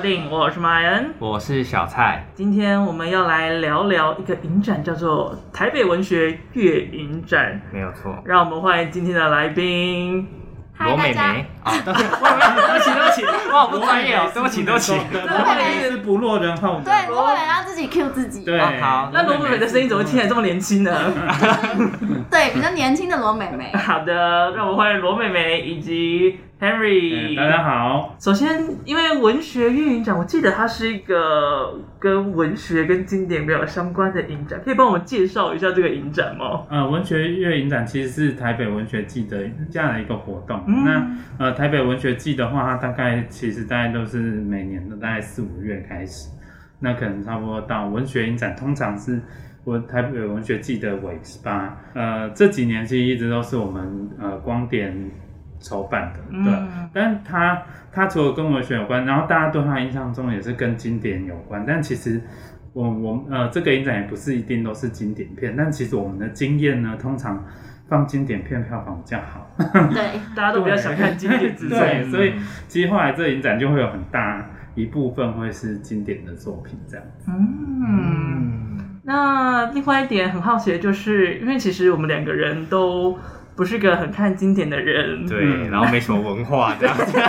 Green，我是 Ryan。我是小蔡，今天我们要来聊聊一个影展，叫做台北文学月影展。没有错。让我们欢迎今天的来宾。嗨罗美大家眉啊，对不起，对不起，对不起，哇，我不专业哦，对不起，对不起。罗美是不落人后的，对，如果要自己 Q 自己，对哦好那罗美美的声音怎么听起来这么年轻呢？ 对比较年轻的罗美 美，好的，让我们欢迎罗美美以及 Henry。嗯大家好，首先，因为文学月影展，我记得它是一个跟文学跟经典比较相关的影展，可以帮我们介绍一下这个影展吗？呃，文学月影展其实是台北文学季的这样的一个活动。嗯那呃，台北文学季的话，它大概其实大概都是每年都大概四五月开始，那可能差不多到文学影展，通常是我台北文学季的尾巴。呃，这几年其实一直都是我们呃光点筹办的，对。嗯但它它除了跟文学有关，然后大家对它的印象中也是跟经典有关，但其实我我呃这个影展也不是一定都是经典片，但其实我们的经验呢，通常放经典片票房比较好， 对，大家都比较想看经典之作。对，所以其实后来这影展就会有很大一部分会是经典的作品这样。嗯。嗯，那另外一点很好奇的就是，因为其实我们两个人都不是个很看经典的人，，对，然后没什么文化这样子。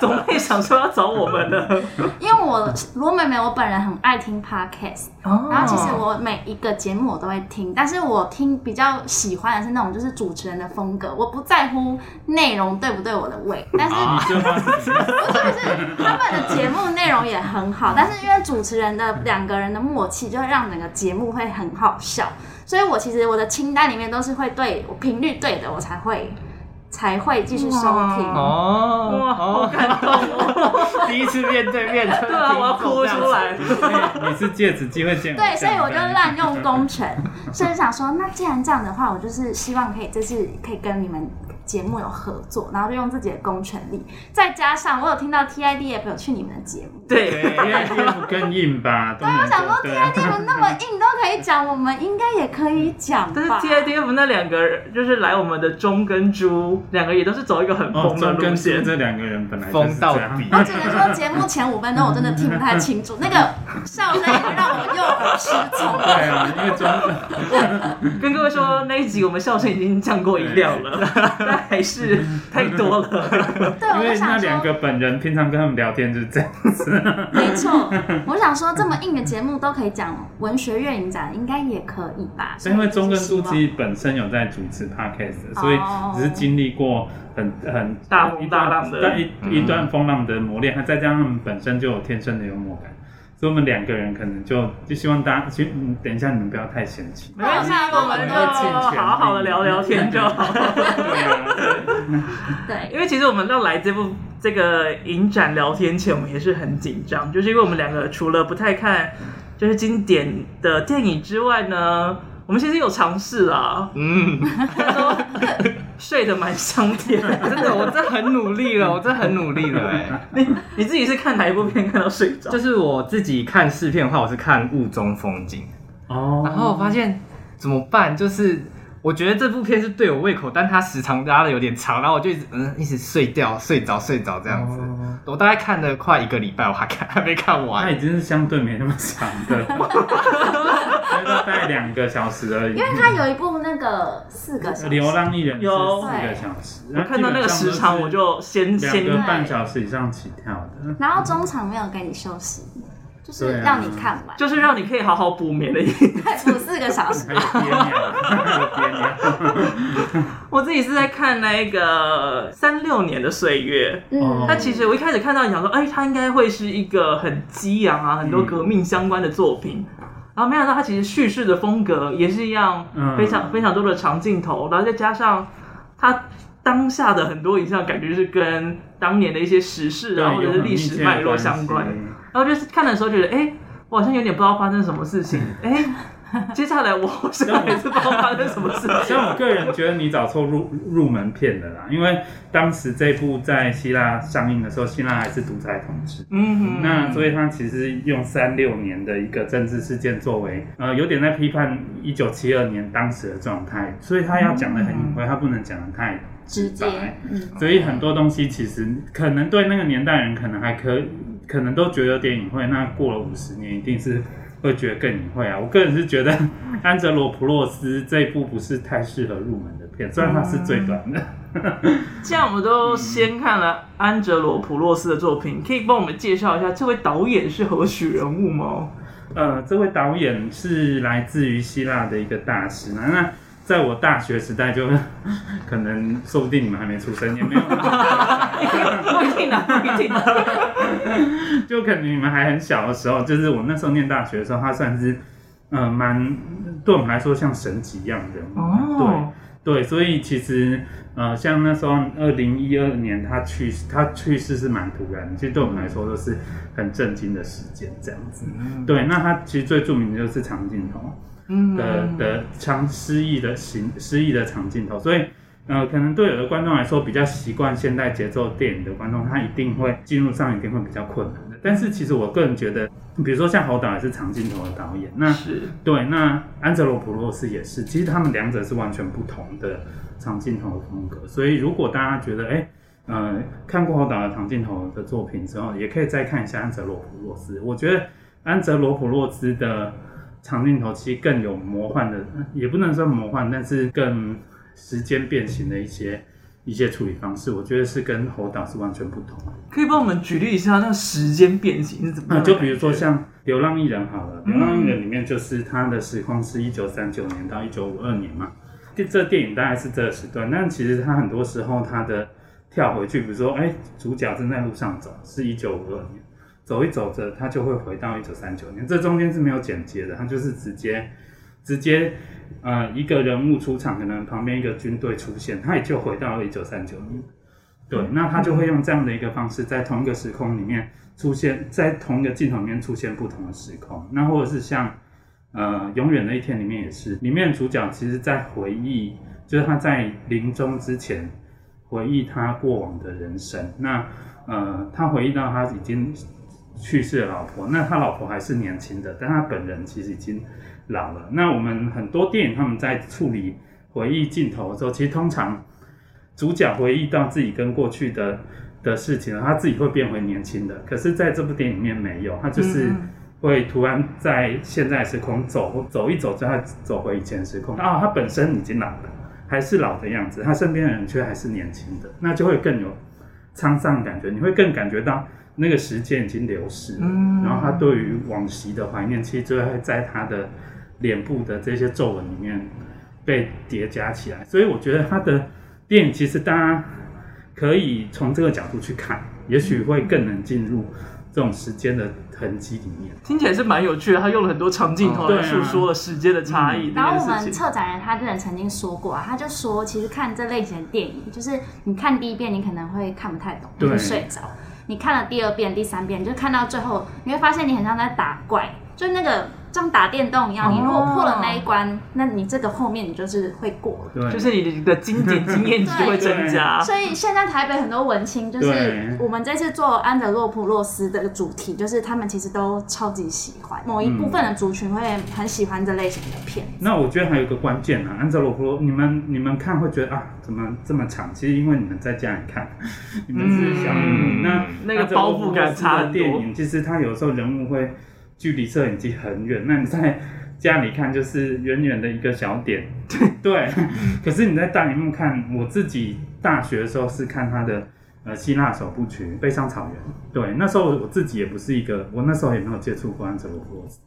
总会想说要找我们的。因为我罗美美我本人很爱听 podcast，哦然后其实我每一个节目我都会听，但是我听比较喜欢的是那种就是主持人的风格，我不在乎内容对不对我的胃，但是啊就发他们的节目内容也很好，但是因为主持人的两个人的默契，就会让整个节目会很好笑。所以我其实我的清单里面都是会对我频率对的，我才会才会继续收听。哦，哇，好感动哦！第一次面对面，对对啊，我要哭出。来。你你是借此机会见我这对，样，所以我就滥用工程，所以想说，那既然这样的话，我就是希望可以这次可以跟你们节目有合作，然后就用自己的公权力，再加上我有听到 TIDF 有去你们的节目， 对，对，因为衣服更哎硬吧，对对，我想说啊对 TIDF 那么硬都可以讲，我们应该也可以讲吧。但是 TIDF 那两个人就是来我们的钟跟猪，两个也都是走一个很哦疯，的周路跟线杰。这两个人本来就是疯到这样底。我只能说节目前五分钟我真的听不太清楚，那个笑声也让我右耳失聪。对啊，因为中跟各位说，那一集我们笑声已经降过音量了， 但还是太多了。对，我因就为那想两说，个本人平常跟他们聊天就 是这样子，没错，我想说这么硬的节目都可以讲文学院影展，应该也可以吧？因为中所以就跟朱是希望基本身有在主持 podcast，的所以哦只是经历过很很大风大浪的一段嗯一一段风浪的磨练，还再加上他们本身就有天生的幽默感。所以我们两个人可能就就希望大家，其实嗯等一下你们不要太嫌 弃，没关系，啊我们就好好的聊聊天就好。对因为其实我们要来这部这个影展聊天前，我们也是很紧张，就是因为我们两个除了不太看就是经典的电影之外呢，我们其实有尝试啦，嗯，睡得蛮香甜。真的，我这很努力了，我这很努力了，哎，你你自己是看哪一部片看到睡着？就是我自己看试片的话，我是看《雾中风景》。 哦然后我发现怎么办？就是我觉得这部片是对我胃口，但它时长拉的有点长，然后我就一直嗯一直睡掉、睡着、睡着这样子。哦我大概看了快一个礼拜，我还看还没看它完。已经是相对没那么长的， 大概两个小时而已。因为它有一部那个四个小时，流浪艺人是有四个小时，我看到那个时长，我就先两先个半小时以上起跳的。然后中场没有给你休息，就是对啊让你看 完，就是让你可以好好补眠的意思。补四个小时还。有爹娘， 我自己是在看那个三六年的岁月，哦嗯，它其实我一开始看到想说，哎、它应该会是一个很激昂嗯啊，很多革命相关的作品。然后没想到它其实叙事的风格也是一样，嗯非常非常多的长镜头，然后再加上它当下的很多影像，感觉是跟当年的一些时事啊，或者是历史脉络相关。然后就是看的时候觉得，哎、我好像有点不知道发生什么事 情，哎、接下来我好像也是不知道发生什么事情。 像我个人觉得你找错入入门片了啦，因为当时这部在希腊上映的时候，希腊还是独裁统治。嗯，那所以他其实用三六年的一个政治事件作为，呃，有点在批判一九七二年当时的状态，所以他要讲的很隐晦，他不能讲的太直白接，嗯，所以很多东西其实可能对那个年代人可能还可可能都觉得有点隐晦，那过了五十年一定是会觉得更隐晦啊。我个人是觉得安哲罗普洛斯这一部不是太适合入门的片，虽然它是最短的。这样我们都先看了安哲罗普洛斯的作品，嗯可以帮我们介绍一下这位导演是何许人物 吗？呃，这位导演是来自于希腊的一个大师那那在我大学时代就 可能，说不定你们还没出生，也没有，不一定啊，不一定啊。就可能你们还很小的时候，就是我那时候念大学的时候，他算是嗯蛮对我们来说像神级一样的人物哦，对对，所以其实呃，像那时候二零一二年他去他去世是蛮突然的，其实对我们来说都是很震惊的时间这样子。对，那他其实最著名的就是长镜头。嗯的的长失忆的行失忆的长镜头，所以呃，可能对有的观众来说比较习惯现代节奏电影的观众，他一定会进入上一定会比较困难的。但是其实我个人觉得，比如说像侯导也是长镜头的导演，那是对那安哲罗普洛斯也是，其实他们两者是完全不同的长镜头的风格。所以如果大家觉得哎。呃，看过侯导的长镜头的作品之后，也可以再看一下安哲罗普洛斯。我觉得安哲罗普洛斯的长镜头其实更有魔幻的，也不能说魔幻，但是更时间变形的一些一些处理方式，我觉得是跟侯导是完全不同的。可以帮我们举例一下那个时间变形是怎么那样？啊就比如说像《流浪艺人》好了，《嗯流浪艺人》里面就是它的时空是一九三九年到一九五二年嘛，这这电影大概是这个时段，但其实它很多时候它的跳回去，比如说哎，主角正在路上走，是一九五二年，走一走着，它就会回到一九三九年，这中间是没有剪接的，它就是直接直接。呃，一个人物出场，可能旁边一个军队出现，他也就回到了一九三九年。对，那他就会用这样的一个方式，在同一个时空里面出现，在同一个镜头里面出现不同的时空。那或者是像呃《永远的一天》里面也是，里面主角其实在回忆，就是他在临终之前回忆他过往的人生。那呃，他回忆到他已经去世的老婆，那他老婆还是年轻的，但他本人其实已经老了。那我们很多电影他们在处理回忆镜头的时候，其实通常。主角回忆到自己跟过去的的事情了，他自己会变回年轻的。可是，在这部电影里面没有，他就是嗯会突然在现在时空走走一走，之后走回以前时空。啊，他本身已经老了，还是老的样子，他身边的人却还是年轻的，那就会更有沧桑的感觉，你会更感觉到那个时间已经流逝了。嗯然后他对于往昔的怀念，其实就会在他的脸部的这些皱纹里面被叠加起来。所以我觉得他的电影其实大家可以从这个角度去看，也许会更能进入这种时间的痕迹里面。听起来是蛮有趣的，他用了很多长镜头哦对来啊诉说了时间的差异这嗯然后件我们事情。策展人他之前曾经说过啊，他就说，其实看这类型的电影，就是你看第一遍你可能会看不太懂，你对会睡着；你看了第二遍、第三遍，你就看到最后，你会发现你很像在打怪，就那个像打电动一样，你如果破了那一关，那你这个后面你就是会过了。对，就是你的经典经验值就会增加。所以现在台北很多文青，就是对我们这次做安德洛普洛斯的主题，就是他们其实都超级喜欢，某一部分的族群会很喜欢这类型的片。那我觉得还有一个关键啊，安哲罗普洛，你们你们看会觉得啊，怎么这么长？其实因为你们在家里看， 你们是小嗯荧幕，那那个包袱感差很多安哲罗普洛斯的电影其实它有时候人物会距离摄影机很远，那你在家里看就是远远的一个小 点，对。可是你在大荧幕看，我自己大学的时候是看他的。呃，希腊首部曲《悲伤草原》，对，那时候我自己也不是一个，我那时候也没有接触过安哲罗普洛斯，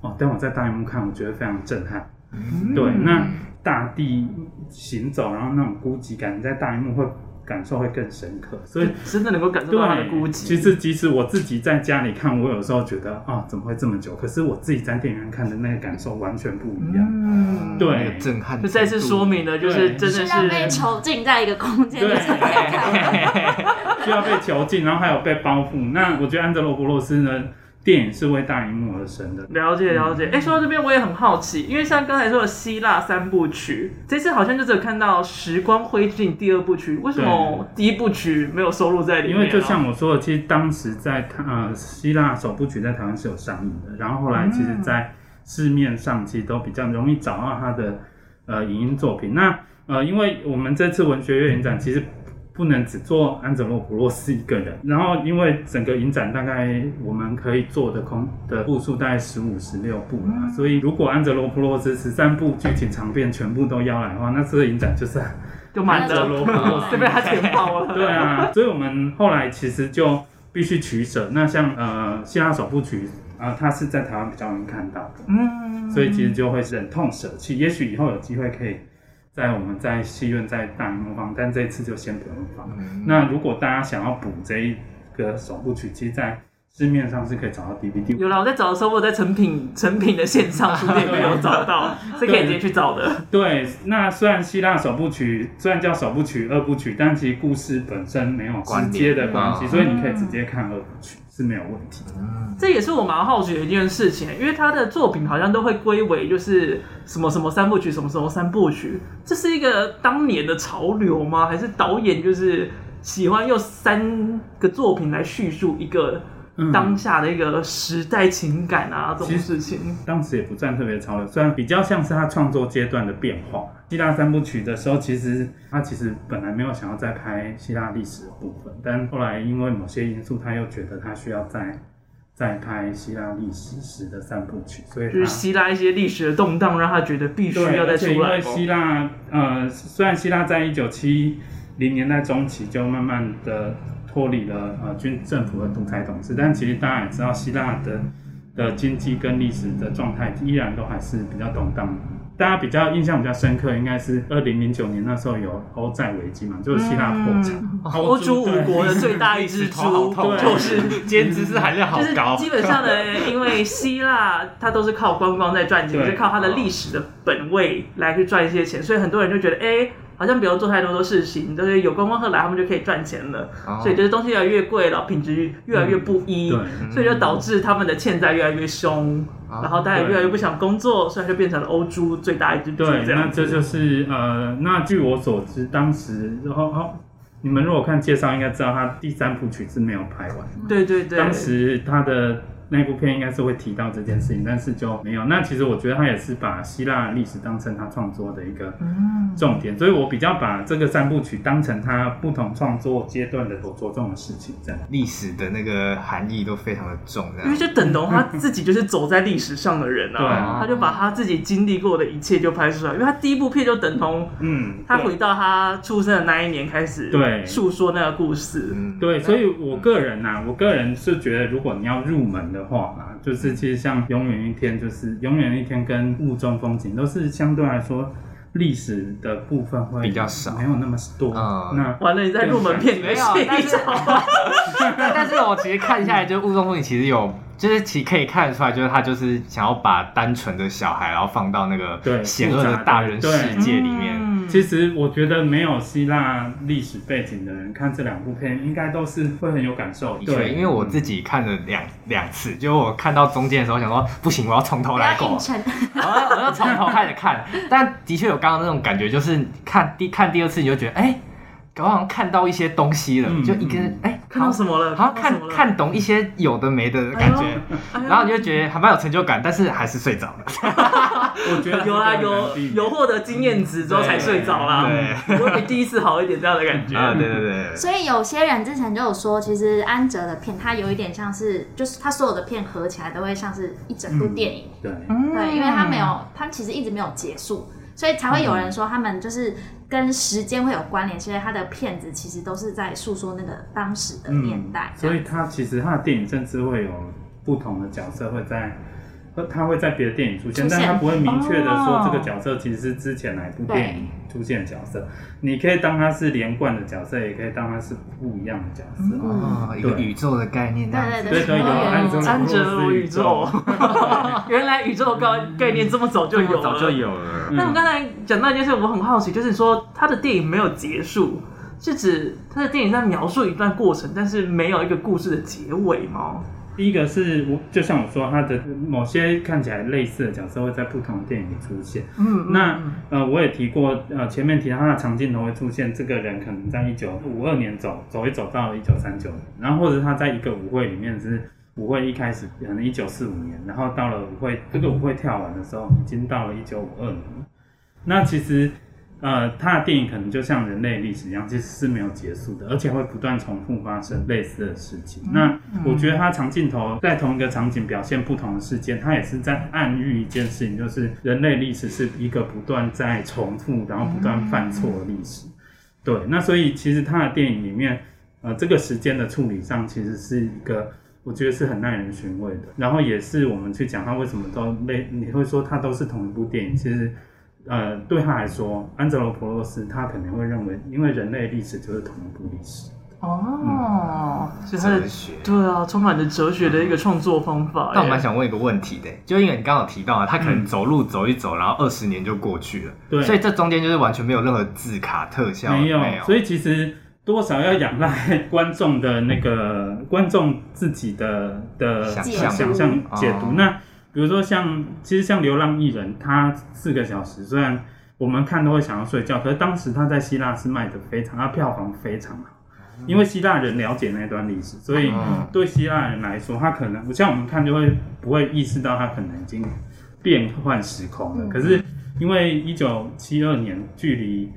哦，但我在大荧幕看，我觉得非常震撼。嗯对，那大地行走，然后那种孤寂感，你在大荧幕会感受会更深刻。所以，真的能够感受到他的孤对，寂。其实即使我自己在家里看，我有时候觉得啊、怎么会这么久？可是我自己在电影院看的那个感受完全不一样。嗯，那个对，震撼，就再次说，明了，就是对真是的要被是囚禁在一个空间对里才可以看。需要被囚禁，然后还有被包覆。那我觉得安德罗伯洛斯呢，电影是为大荧幕而生的。了解了解。哎、说到这边我也很好奇，因为像刚才说的希腊三部曲，这次好像就只有看到《时光灰烬》第二部曲，为什么第一部曲没有收录在里面因啊？为就像我说的，其实当时在台呃希腊首部曲在台湾是有上映的，然后后来其嗯实在市面上其实都比较容易找到它的呃影音作品。那呃，因为我们这次文学院影展其实不能只做安泽洛普洛斯一个人。然后因为整个影展大概我们可以做的空的部数大概十五十六部啦，嗯所以如果安泽洛普洛斯十三部剧情长片全部都邀来的话，那这个影展就是就满安了泽，洛普洛斯就被他填饱了。 对啊，所以我们后来其实就必须取舍。那像呃《希腊首部曲》啊、它是在台湾比较容易看到的，嗯，所以其实就会忍痛舍弃。也许以后有机会可以在我们在戏院在大荧幕放，但这一次就先不用放。那如果大家想要补这一个首部曲，其实在市面上是可以找到 DVD。有啦，我在找的时候，我在成品成品的线上书店没有找 到，是可以直接去找的。对，那虽然希腊首部曲虽然叫首部曲、二部曲，但其实故事本身没有直接的关系，关联所以你可以直接看二部曲是没有问题的。这也是我蛮好奇的一件事情，因为他的作品好像都会归为就是什么什么三部曲，什么什么三部曲，这是一个当年的潮流吗？还是导演就是喜欢用三个作品来叙述一个嗯当下的一个时代情感啊这种事情？当时也不算特别潮流，虽然比较像是他创作阶段的变化。希腊三部曲的时候，其实他其实本来没有想要再拍希腊历史的部分，但后来因为某些因素，他又觉得他需要再再拍希腊历史时的三部曲，所以就是他。希腊一些历史的动荡，让他觉得必须对，要再而且出因来为哦。希腊，呃，虽然希腊在一九七零年代中期就慢慢的脱离了呃军政府的独裁统治，但其实大家也知道，希腊的的经济跟历史的状态依然都还是比较动荡的。大家比较印象比较深刻，应该是二零零九年那时候有欧债危机嘛，就是希腊破产，欧洲五国的最大 一只只猪头好痛，就对是 兼知识含量好就是高，基本上 呢，因为希腊它都是靠观光在赚钱，对就是靠它的历史的本位来去赚一些钱，所以很多人就觉得，哎、好像不用做太多的事情，就是有观光客来，他们就可以赚钱了。 哦所以就是东西越来越贵，然后品质越来越不一，嗯对嗯嗯所以就导致他们的欠债越来越凶，哦然后大家也越来越不想工作，所以就变成了欧洲最大一只猪对，这那样这子。就是呃，那据我所知，当时然后哦，你们如果看介绍，应该知道他第三部曲是没有拍完。对对对，当时他的那部片应该是会提到这件事情，但是就没有。那其实我觉得他也是把希腊历史当成他创作的一个重点，所以我比较把这个三部曲当成他不同创作阶段的所着重的事情这样。历史的那个含义都非常的重，这因为样就等同他自己就是走在历史上的人 对啊，啊他就把他自己经历过的一切就拍出来，因为他第一部片就等同嗯，他回到他出生的那一年开始，对诉说那个故事。嗯，对，所以我个人呐、我个人是觉得，如果你要入门的话啦，就是其实像《永远一天》，就是《永远一天》跟《雾中风景》都是相对来说历史的部分会比较少没有那么多。嗯那完了，你在入门片里面没有睡但 是着，但是我其实看下来，就是《雾中风景》其实有，就是其实可以看得出来，就是他就是想要把单纯的小孩，然后放到那个对险恶的大人世界里面。嗯其实我觉得没有希腊历史背景的人看这两部片，应该都是会很有感受嗯的。对，因为我自己看了两两次，就我看到中间的时候，想说不行，我要从头不来要过硬，撑，我要 我要从头开始看。但的确有刚刚那种感觉，就是看第看第二次你就觉得，哎、我好像看到一些东西了，嗯就一个嗯哎、看到什么了？好像看到什看么了，看懂一些有的没的的感觉，哎呦然后你就觉得还蛮有成就感，但是还是睡着了。嗯我觉得啊有啦，这个很难有避免有获得经验值之后才睡着啦，对我比第一次好一点这样的感啊，觉。对对对，所以有些人之前就有说，其实安哲的片，它有一点像是，就是他所有的片合起来都会像是一整部电影，对。对，因为他没有，他其实一直没有结束，所以才会有人说他们就是跟时间会有关联，所以他的片子其实都是在诉说那个当时的年代。嗯所以他其实他的电影甚至会有不同的角色会在，呃他会在别的电影出现，出现但他不会明确的哦说这个角色其实是之前哪一部电影出现的角哦色。你可以当他是连贯的角色，也可以当他是不一样的角色。哦，一个宇宙的概念这样对子。对所以都哎有嗯对啊安哲安哲罗罗宇宙， 原来宇宙概概念这么早就有了，早就有了，那我嗯刚才讲到一件事，我很好奇，就是说他的电影没有结束，是指他的电影在描述一段过程，但是没有一个故事的结尾吗？第一个是我，就像我说，他的某些看起来类似的角色会在不同的电影里出现。嗯，那呃，我也提过，呃，前面提到他的长镜头会出现，这个人可能在一九五二年走走一走到了一九三九年，然后或者他在一个舞会里面是舞会一开始可能一九四五年，然后到了舞会这个舞会跳完的时候，已经到了一九五二年了。那其实呃，他的电影可能就像人类历史一样，其实是没有结束的，而且会不断重复发生类似的事情。那我觉得他长镜头在同一个场景表现不同的事件，他也是在暗喻一件事情，就是人类历史是一个不断在重复，然后不断犯错的历史。对，那所以其实他的电影里面，呃，这个时间的处理上，其实是一个我觉得是很耐人寻味的。然后也是我们去讲他为什么都类，你会说他都是同一部电影，其实。呃，对他来说，安哲罗普洛斯他可能会认为，因为人类历史就是同一部历史。哦，所以他的哲学对啊，充满着哲学的一个创作方法耶。但我蛮想问一个问题的，就因为你刚好提到啊，他可能走路走一走，然后二十年就过去了，对所以这中间就是完全没有任何字卡特效，没有，没有，所以其实多少要仰赖观众的那个观众自己的的嗯想象想象解读。哦那比如说像，其实像《流浪艺人》，他四个小时，虽然我们看都会想要睡觉，可是当时他在希腊是卖的非常，他票房非常好，因为希腊人了解那段历史，所以嗯对希腊人来说，他可能像我们看就会不会意识到他可能已经变换时空了。嗯可是因为一九七二年距离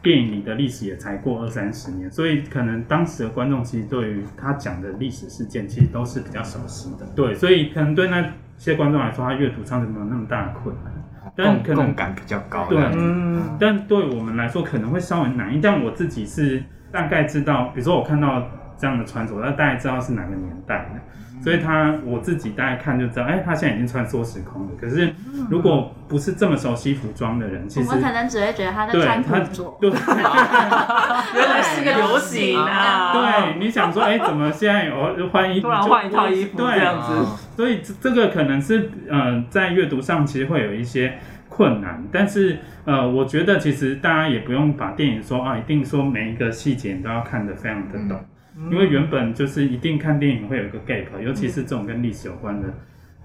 电影里的历史也才过二三十年，所以可能当时的观众其实对于他讲的历史事件其实都是比较熟悉的。对，所以可能对那些观众来说，他阅读上就没有那么大的困难。但可共能共感比较高，对这样子嗯，但对我们来说可能会稍微难一点。但我自己是大概知道，比如说我看到这样的穿着，那大概知道是哪个年代嗯的，所以他我自己大概看就知道，哎，他现在已经穿梭时空了。可是如果不是这么熟悉服装的人，嗯我其实们可能只会觉得他在对穿他古着。 对原来是个流行啊，对，你想说，哎，怎么现在有换衣突服就，然换一套衣服对这样子，所以这这个可能是呃，在阅读上其实会有一些困难，但是呃，我觉得其实大家也不用把电影说啊，一定说每一个细节你都要看得非常的懂，嗯因为原本就是一定看电影会有一个 gap，尤其是这种跟历史有关的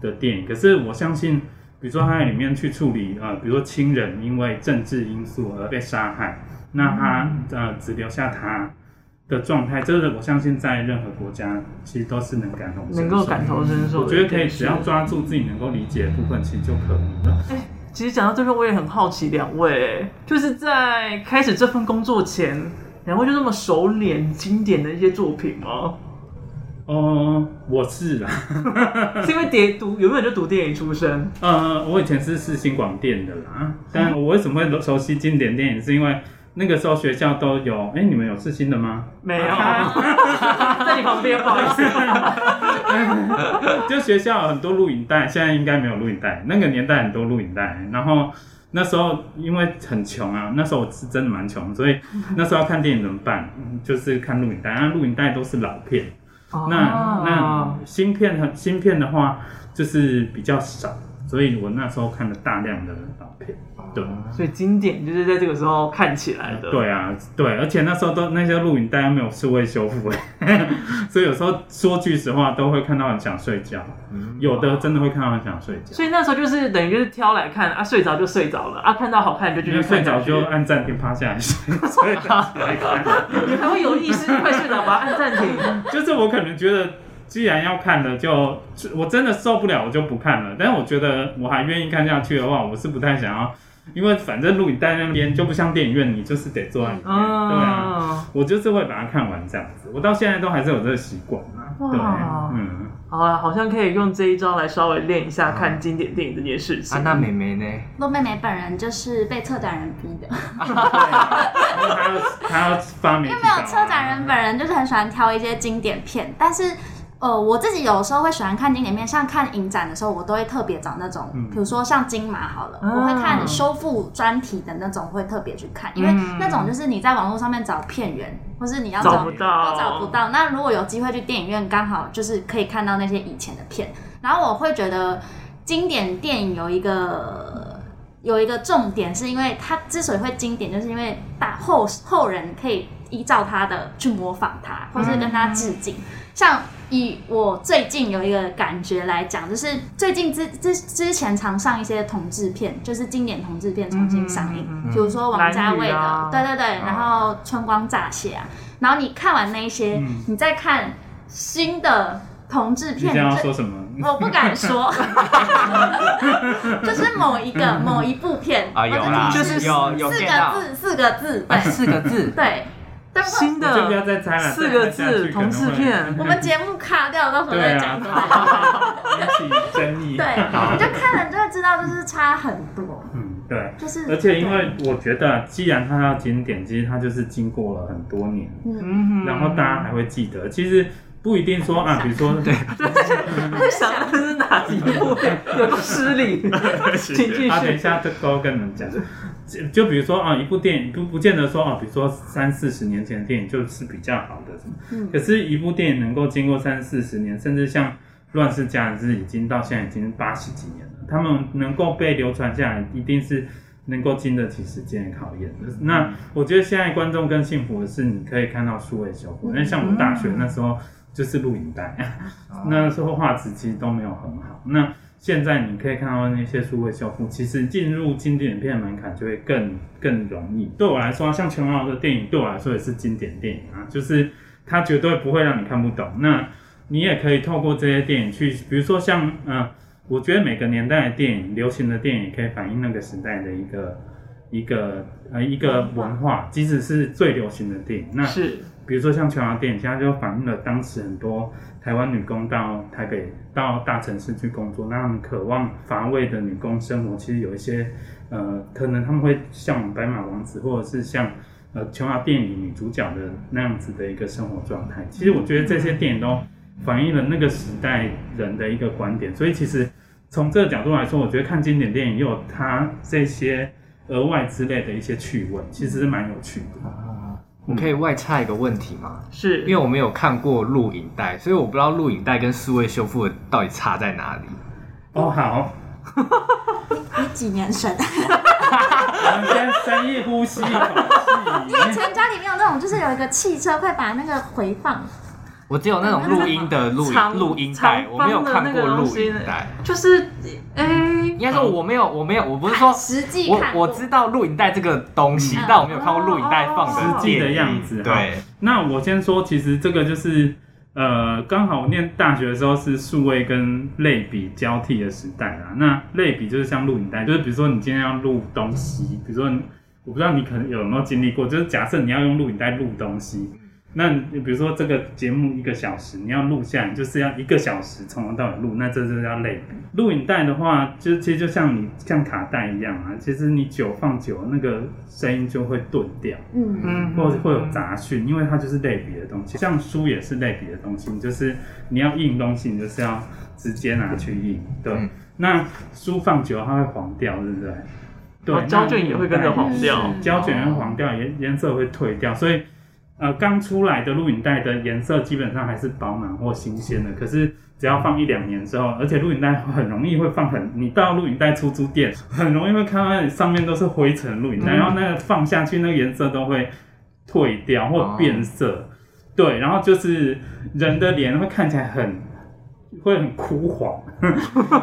的电影。可是我相信，比如说他在里面去处理啊、呃比如说亲人因为政治因素而被杀害，那他呃只留下他。的状态，这个我相信在任何国家其实都是能感同身嗯受能够感同身受。我觉得可以，只要。抓住自己能够理解的部分，其实就可以了。其实讲到最后，我也很好奇两位，就是在开始这份工作前，两位就这么熟脸经典的一些作品 吗？哦，我是啦，是因为叠读原本就读电影出身，呃，我以前是世新广电的啦，但我为什么会熟悉经典电影，是因为那个时候学校都有，哎，你们有世新的吗？ 没有在你旁边，不好意思。就学校有很多录影带，现在应该没有录影带，那个年代很多录影带，然后。那时候因为很穷啊，那时候我是真的蛮穷，所以那时候要看电影怎么办？嗯就是看录影带，啊那录影带都是老片， 那哦那芯片很芯片的话，就是比较少，所以我那时候看了大量的老片。对哦所以经典就是在这个时候看起来的。，对啊，对，而且那时候都那些录影带都没有数位修复，欸 所以有时候说句实话，都会看到很想睡觉，有的真的会看到很想睡觉。所以那时候就是等于就是挑来看啊，睡着就睡着了啊，看到好看就继因续为睡看着下去就按暂停趴下来睡，所以你还会有意识快睡着，把它按暂 停。就是我可能觉得，既然要看了就，就我真的受不了，我就不看了。但是我觉得我还愿意看下去的话，我是不太想要，因为反正录影带那边就不像电影院，你就是得坐在里面，对啊。嗯，我就是会把它看完这样子，我到现在都还是有这个习惯嘛。对哇， 嗯，好啊，好像可以用这一招来稍微练一下看经典电影这件事情。啊，那妹妹呢？洛妹妹本人就是被策展人逼的，因为啊他要他要发明，啊因为没有策展人本人就是很喜欢挑一些经典片，但是。呃，我自己有时候会喜欢看经典片，像看影展的时候，我都会特别找那种，比如说像金马好了，嗯我会看修复专题的那种，会特别去看，因为嗯那种就是你在网络上面找片源，或是你要找不到，都找不。到。那如果有机会去电影院，刚好就是可以看到那些以前的片。然后我会觉得经典电影有一个有一个重点，是因为它之所以会经典，就是因为大后后人可以依照它的去模仿它，或是跟它致敬。嗯像以我最近有一个感觉来讲，就是最近之之之前常上一些同志片，就是经典同志片重新上映，嗯嗯比如说王家卫的，蓝宇啊对对对，然后《春光乍泄》啊，然后你看完那一些，嗯你再看新的同志你片，想要 你就说什么？我不敢说，就是某一一个某一部片，啊，有啦，我就的是有有四 get 个到，字，四个字， 哎，对四个字，对。但我新你就不要的再猜了，四个再猜下字去同志，片，我们节目卡掉，到时可候能会再对讲出来。啊， 引起争议。对，你就看了就会知道，就是差很多，嗯，对。就是而且因为我觉得，啊既然它要经典，其实它就是经过了很多年，嗯哼然后大家还会记得。其实不一定说啊，比如说对，在想的是哪一部片，有个失 礼，请继啊，等一续。下，这都跟你们讲。就就比如说啊，一部电影不不见得说啊，比如说三四十年前的电影就是比较好的什么，嗯可是，一部电影能够经过三四十年，甚至像《乱世佳人》是已经到现在已经八十几年了，他们能够被流传下来，一定是能够经得起时间的考验的。嗯那我觉得现在观众更幸福的是，你可以看到数位修嗯复，因为像我大学那时候就是录影带。那时候画质其实都没有很好。那现在你可以看到那些数位修复，其实进入经典片的门槛就会更更容易。对我来说，像琼瑶的电影对我来说也是经典电影啊，就是它绝对不会让你看不懂。那你也可以透过这些电影去，比如说像呃，我觉得每个年代的电影，流行的电影可以反映那个时代的一个一个呃一个文化，即使是最流行的电影，那是，比如说像琼瑶电影，现在就反映了当时很多台湾女工到台北、到大城市去工作，那他们渴望乏味的女工生活，其实有一些呃，可能他们会向往白马王子，或者是像呃琼瑶电影里女主角的那样子的一个生活状态。其实我觉得这些电影都反映了那个时代人的一个观点，所以其实从这个角度来说，我觉得看经典电影也有它这些额外之类的一些趣味，其实是蛮有趣的。我可以外插一个问题吗？是因为我没有看过录影带，所以我不知道录影带跟数位修复的到底差在哪里。哦，好。你几年生？我们先深夜呼吸一口以气。前家里面有那种，就是有一个汽车会把那个回放，我只有那种录音的录 长音录音带，长我没有看过方的那个录影东西带。就是，哎应，该说我没有，我没有，我不是说实际我看过我知道录影带这个东西嗯，但我没有看过录影带放哦的实际的电影样子对，那我先说，其实这个就是呃，刚好我念大学的时候是数位跟类比交替的时代啦。那类比就是像录影带，就是比如说你今天要录东西，比如说你我不知道你可能有没有经历过，就是假设你要用录影带录东西。那你比如说这个节目一个小时，你要录下来，你就是要一个小时从头到尾录，那这就叫类比。录影带的话，就其实就像你像卡带一样啊，其实你久放久了，那个声音就会钝掉。嗯，嗯或者会有杂讯，因为它就是类比的东西，像书也是类比的东西，你就是你要印东西，你就是要直接拿去印，对。嗯那书放久了它会黄掉，对不对？对，哦胶卷也会跟着黄掉嗯那是胶卷会黄掉，颜颜色会褪掉，所以呃，刚出来的录影带的颜色基本上还是饱满或新鲜的，可是。只要放一两年之后，而且录影带很容易会放很，你到录影带出租店，很容易会看到上面都是灰尘录影带，嗯然后那个放下去，那个颜色都会退掉或变色，对，然后就是人的脸会看起来很会很枯黄，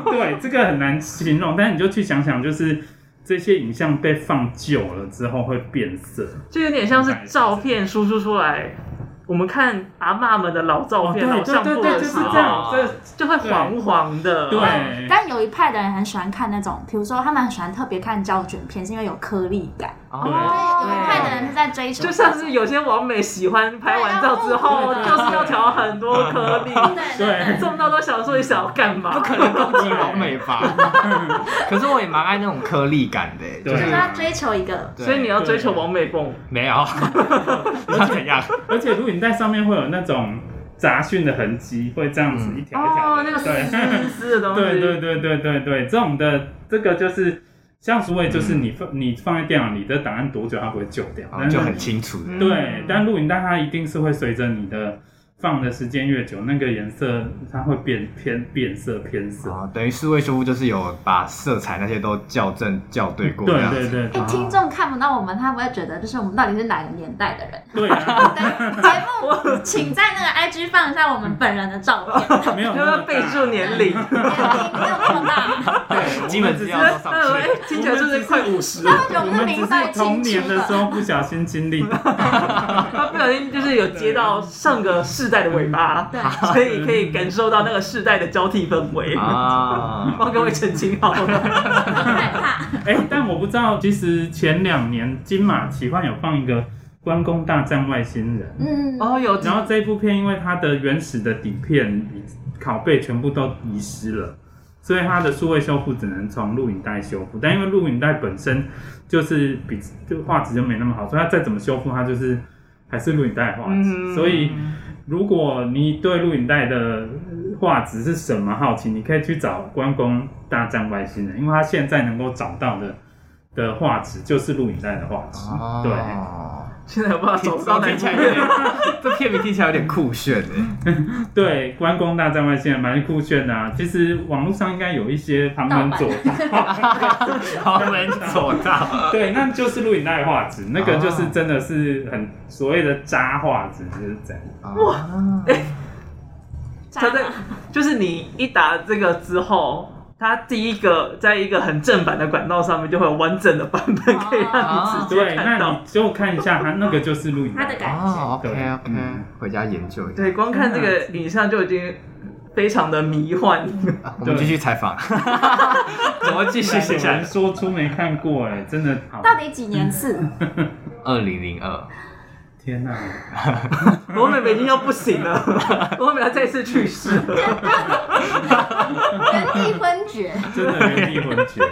对，这个很难形容，但你就去想想，就是这些影像被放久了之后会变色，就有点像是照片输出出来。我们看阿嬷们的老照片、哦对老对相对簿对，的就时是候，这样，这就会黄黄的。对但有一派的人很喜欢看那种，比如说他们很喜欢特别看胶卷片，是因为有颗粒感。哦有一派的人是在追求，就像是有些网美喜欢拍完照之后，对就是要调很多颗粒， 对啊对 对重到都想说你想要干嘛？不可不能攻击完美吧？ 可是我也蛮爱那种颗粒感的，就对就是是要追求一个对所以你要追求完美梦。没有， 那怎样？而且录影带上面会有那种杂讯的痕迹，会这样子一条一条的，哦，那个丝对。丝丝的东西，对对对对对对，这种的这个就是像所谓就是你放、你放在电脑里的档案多久它不会旧掉，但是就很清楚的。对，但录影带它一定是会随着你的放的时间越久，那个颜色它会变偏变色偏色。哦，等于数位修复就是有把色彩那些都校正校对过，对这样子对对哎对，听众看不到我们，他不会觉得就是我们到底是哪个年代的人。对啊，对节目，请在那个 IG 放一下 我们本人的照片，没有要不那要么大备注年龄？年龄没有那么大。对，基本资料都上那我去哎了。，听起来就是快五十他了，们觉得我我们是们只明白是童清年楚的时的。候不小心经历，他不小心就是有接到上个世代的尾巴，对所以可以感受到那个世代的交替氛围。啊，帮各位澄清好了，害怕，哎、但我不知道，其实前两年金马奇幻有放一个《关公大战外星人》，嗯，哦有，然后这部片因为它的原始的底片拷贝全部都遗失了，所以它的数位修复只能从录影带修复。但因为录影带本身就是比就画质就没那么好，所以它再怎么修复，它就是还是录影带的画质。嗯所以如果你对录影带的画质是什么好奇，你可以去找《关公大战外星人》，因为它现在能够找到的的画质就是录影带的画质。啊对。现在不知道走不到哪听一起来步有点，这片名听起来有点酷炫哎。对，关公大战外星人蛮酷炫的、啊。其实网络上应该有一些旁门左 道， 好门左 道，对，那就是录影带画哦质，那个就是真的是很所谓的渣画质，就是这样。哇，他在就是你一打这个之后，它第一个在一个很正版的管道上面就会有完整的版本可以让哦你直接对，看那到。你就看一下它那个就是录影他的带，感觉，哦，OK 对 OK，嗯回家研究一下。对，光看这个影像就已经非常的迷 幻。啊我们继续采访， 怎么继续写有下人来？说出没看过、哎，真的好，到底几年次？二零零二，天哪、我妹妹已经要不行了， 我妹妹要再次去世了。 原地昏厥，真的原地混 血。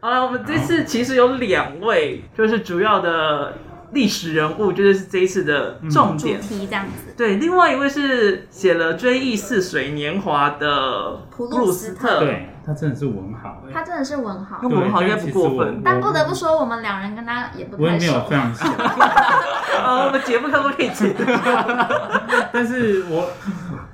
好了，我们这次其实有两位，就是主要的历史人物，就是这一次的嗯重主点。题这样子，对，另外一位是写了《追忆似水年华》的普鲁鲁斯特特，对，他真的是文豪、哎他真的是文豪那。文豪应该不过分对但不但其实我得不说，我们两人跟他也不我太也没有熟非。常喜欢。啊，我们节目可不可以 剪？但是我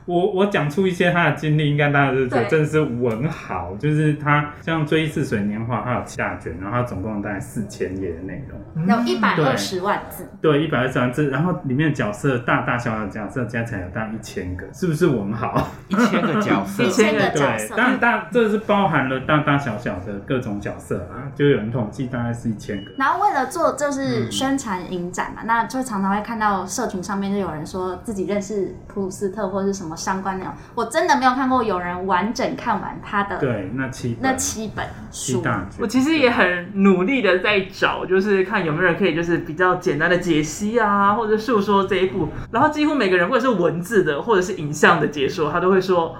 我我讲出一些他的经历，应该大家就觉得对真的是文豪，就是他像《追忆似水年华》，他有下卷，然后他总共大概四千页的内容，有一百二十万字，对，一百二十万字，然后里面的角色大大小小的角色加起来有大概一千个，是不是文豪？ 一千个角色一，千千个角对，色，当然大这是包含了大大小小的各种角色啊，就有人统计大概是一千个。然后为了做就是嗯宣传影展嘛，那就常常会看到社群上面就有人说自己认识普鲁斯特或是什么相关内容，我真的没有看过有人完整看完他的对，那七那本七本七书。大我卷，其实也很努力的在找，就是看有没有人可以就是比较简单的解析啊，或者述说这一部。然后几乎每个人，或者是文字的，或者是影像的解说，他都会说。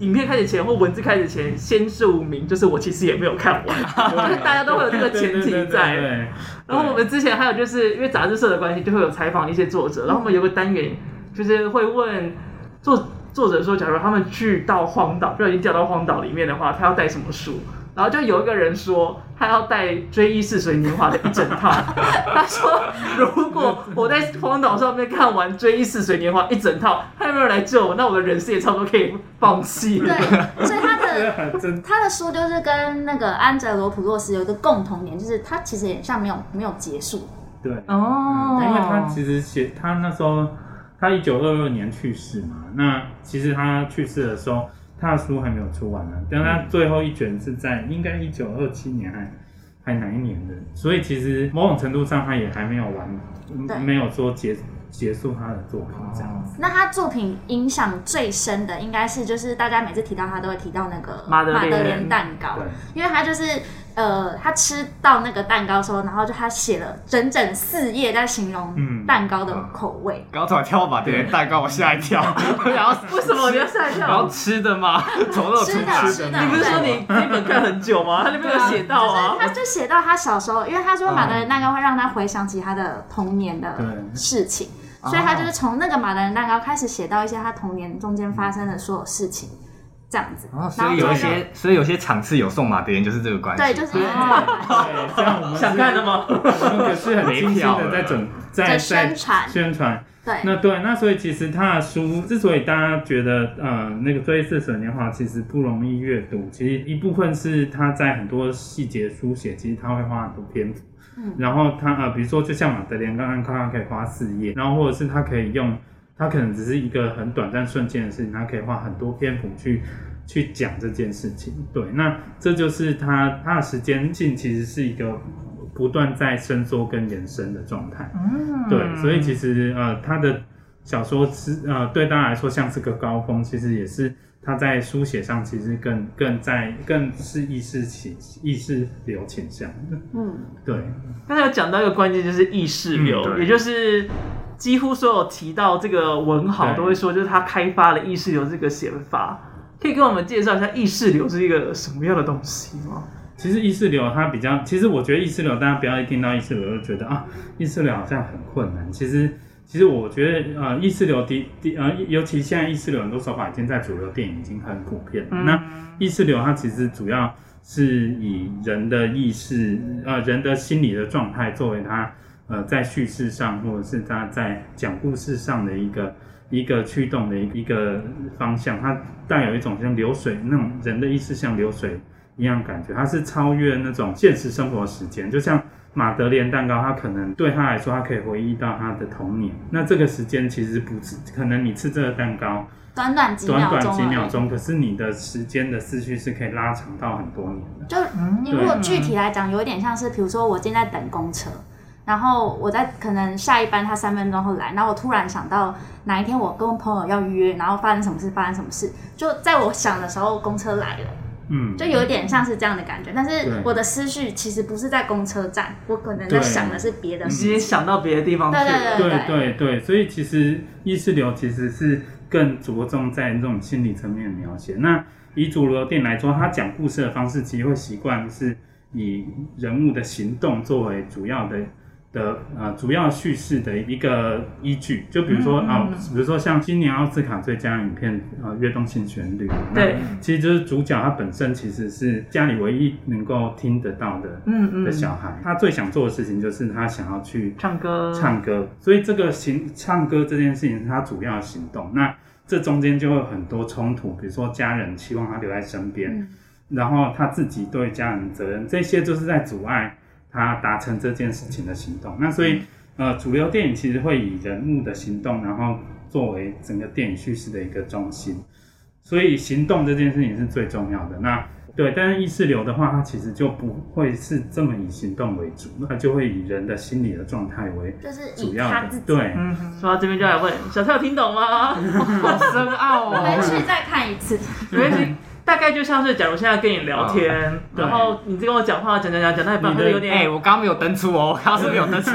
影片开始前或文字开始前，先注明，就是我其实也没有看完，就是大家都会有这个前提对对对对在。对然后我们之前还有就是因为杂志社的关系，就会有采访一些作者，然后我们有个单元就是会问作作者说，假如他们去到荒岛，不小心掉到荒岛里面的话，他要带什么书？然后就有一个人说，他要带《追忆似水年华》的一整套。 他说，如果我在荒岛上面看完《追忆似水年华》一整套，还有没有人来救我？那我的人生也差不多可以放弃了。对，所以他这 的个很真他的书就是跟那个安哲罗普洛斯有一个共同点，就是他其实也像没有没有结束。对。哦因为他其实写他那时候，他一九二二年去世嘛，那其实他去世的时候，他的书还没有出完呢、但他最后一卷是在应该一九二七年还还哪一年的，所以其实某种程度上他也还没有完，对嗯没有说结结束他的作品这样子。那他作品影响最深的应该是就是大家每次提到他都会提到那个马德莲蛋糕，对，因为他就是呃，他吃到那个蛋糕的时候，然后就他写了整整四页在形容嗯蛋糕的口味。刚才跳把别人蛋糕，我吓一跳，然后 为什么你要吓一然后跳？吃的 吗？嗯怎么都有吃的吃吃的的，你不是说你这本看很久吗？他那边有写到啊。他就写到他小时候，因为他说马德莲蛋糕会让他回想起他的童年的嗯对事情，所以他就是从那个马德莲蛋糕开始写到一些他童年中间发生的所有事情，这样子。哦，然所后以有一就让些，所以有些场次有送马德莲，就是这个关系。对，就是因为这啊个关系对，这样我们是想看的？吗？我们可是很精心的在准在在宣传宣传。对。那对，那所以其实他的书之所以大家觉得呃那个《追忆似水年华》其实不容易阅读，其实一部分是他在很多细节书写，其实他会花很多篇幅。嗯然后他呃，比如说就像马德莲刚刚刚刚可以花四页，然后或者是他可以用，他可能只是一个很短暂瞬间的事情，他可以花很多篇幅去去讲这件事情。对，那这就是它它的时间性其实是一个不断在伸缩跟延伸的状态。嗯对，所以其实呃，他的小说是呃，对大家来说像是个高峰，其实也是他在书写上其实更更在更是意识倾意识流倾向的。嗯，对，刚才有讲到一个关键，就是意识流，嗯对也就是几乎所有提到这个文豪对都会说，就是他开发了意识流这个写法。可以跟我们介绍一下意识流是一个什么样的东西吗？其实意识流它比较，其实我觉得意识流，大家不要一听到意识流就觉得啊，意识流好像很困难。其实，其实我觉得呃，意识流的的呃，尤其现在意识流很多手法已经在主流电影已经很普遍了。那意识流它其实主要是以人的意识呃人的心理的状态作为它呃在叙事上或者是它在讲故事上的一个一个驱动的一个方向，它带有一种像流水那种人的意识像流水一样感觉，它是超越那种现实生活时间，就像。马德莲蛋糕，它可能对他来说，他可以回忆到他的童年。那这个时间其实不是，可能你吃这个蛋糕，短短几短秒钟，短几秒，钟，可是你的时间的思绪是可以拉长到很多年的。就你如果具体来讲，有一点像是，比如说我今天在等公车，然后我在可能下一班他三分钟后来，然后我突然想到哪一天我跟朋友要约，然后发生什么事，发生什么事，就在我想的时候公车来了，嗯，就有一点像是这样的感觉。但是对我的思绪其实不是在公车站，我可能在对想的是别的你事直接情。想到别的地方去了。嗯对对对对对，所以其实意识流其实是更着重在这种心理层面的描写。那以主流电影来说，他讲故事的方式其实会习惯是以人物的行动作为主要的的呃主要叙事的一个依据。就比如说嗯啊、比如说像今年奥斯卡最佳影片呃《跃动性旋律》，那对其实就是主角他本身其实是家里唯一能够听得到的。嗯的嗯，小孩，他最想做的事情就是他想要去唱歌，唱歌，所以这个行唱歌这件事情是他主要的行动。那这中间就会有很多冲突，比如说家人希望他留在身边，嗯然后他自己对家人的责任，这些就是在阻碍他达成这件事情的行动。那所以，呃，主流电影其实会以人物的行动，然后作为整个电影叙事的一个中心。所以行动这件事情是最重要的。那对，但是意识流的话，它其实就不会是这么以行动为主，它就会以人的心理的状态为就是以主要他的自己。对，嗯，说到这边就来问小蔡有听懂吗？ 好深奥 回哦。去再看一次，没关系，大概就像是假如现在跟你聊天， 对然后你跟我讲话，讲讲讲讲到一半，你我的哎就有点哎、我刚刚没有登出哦，我刚刚 是没有登出，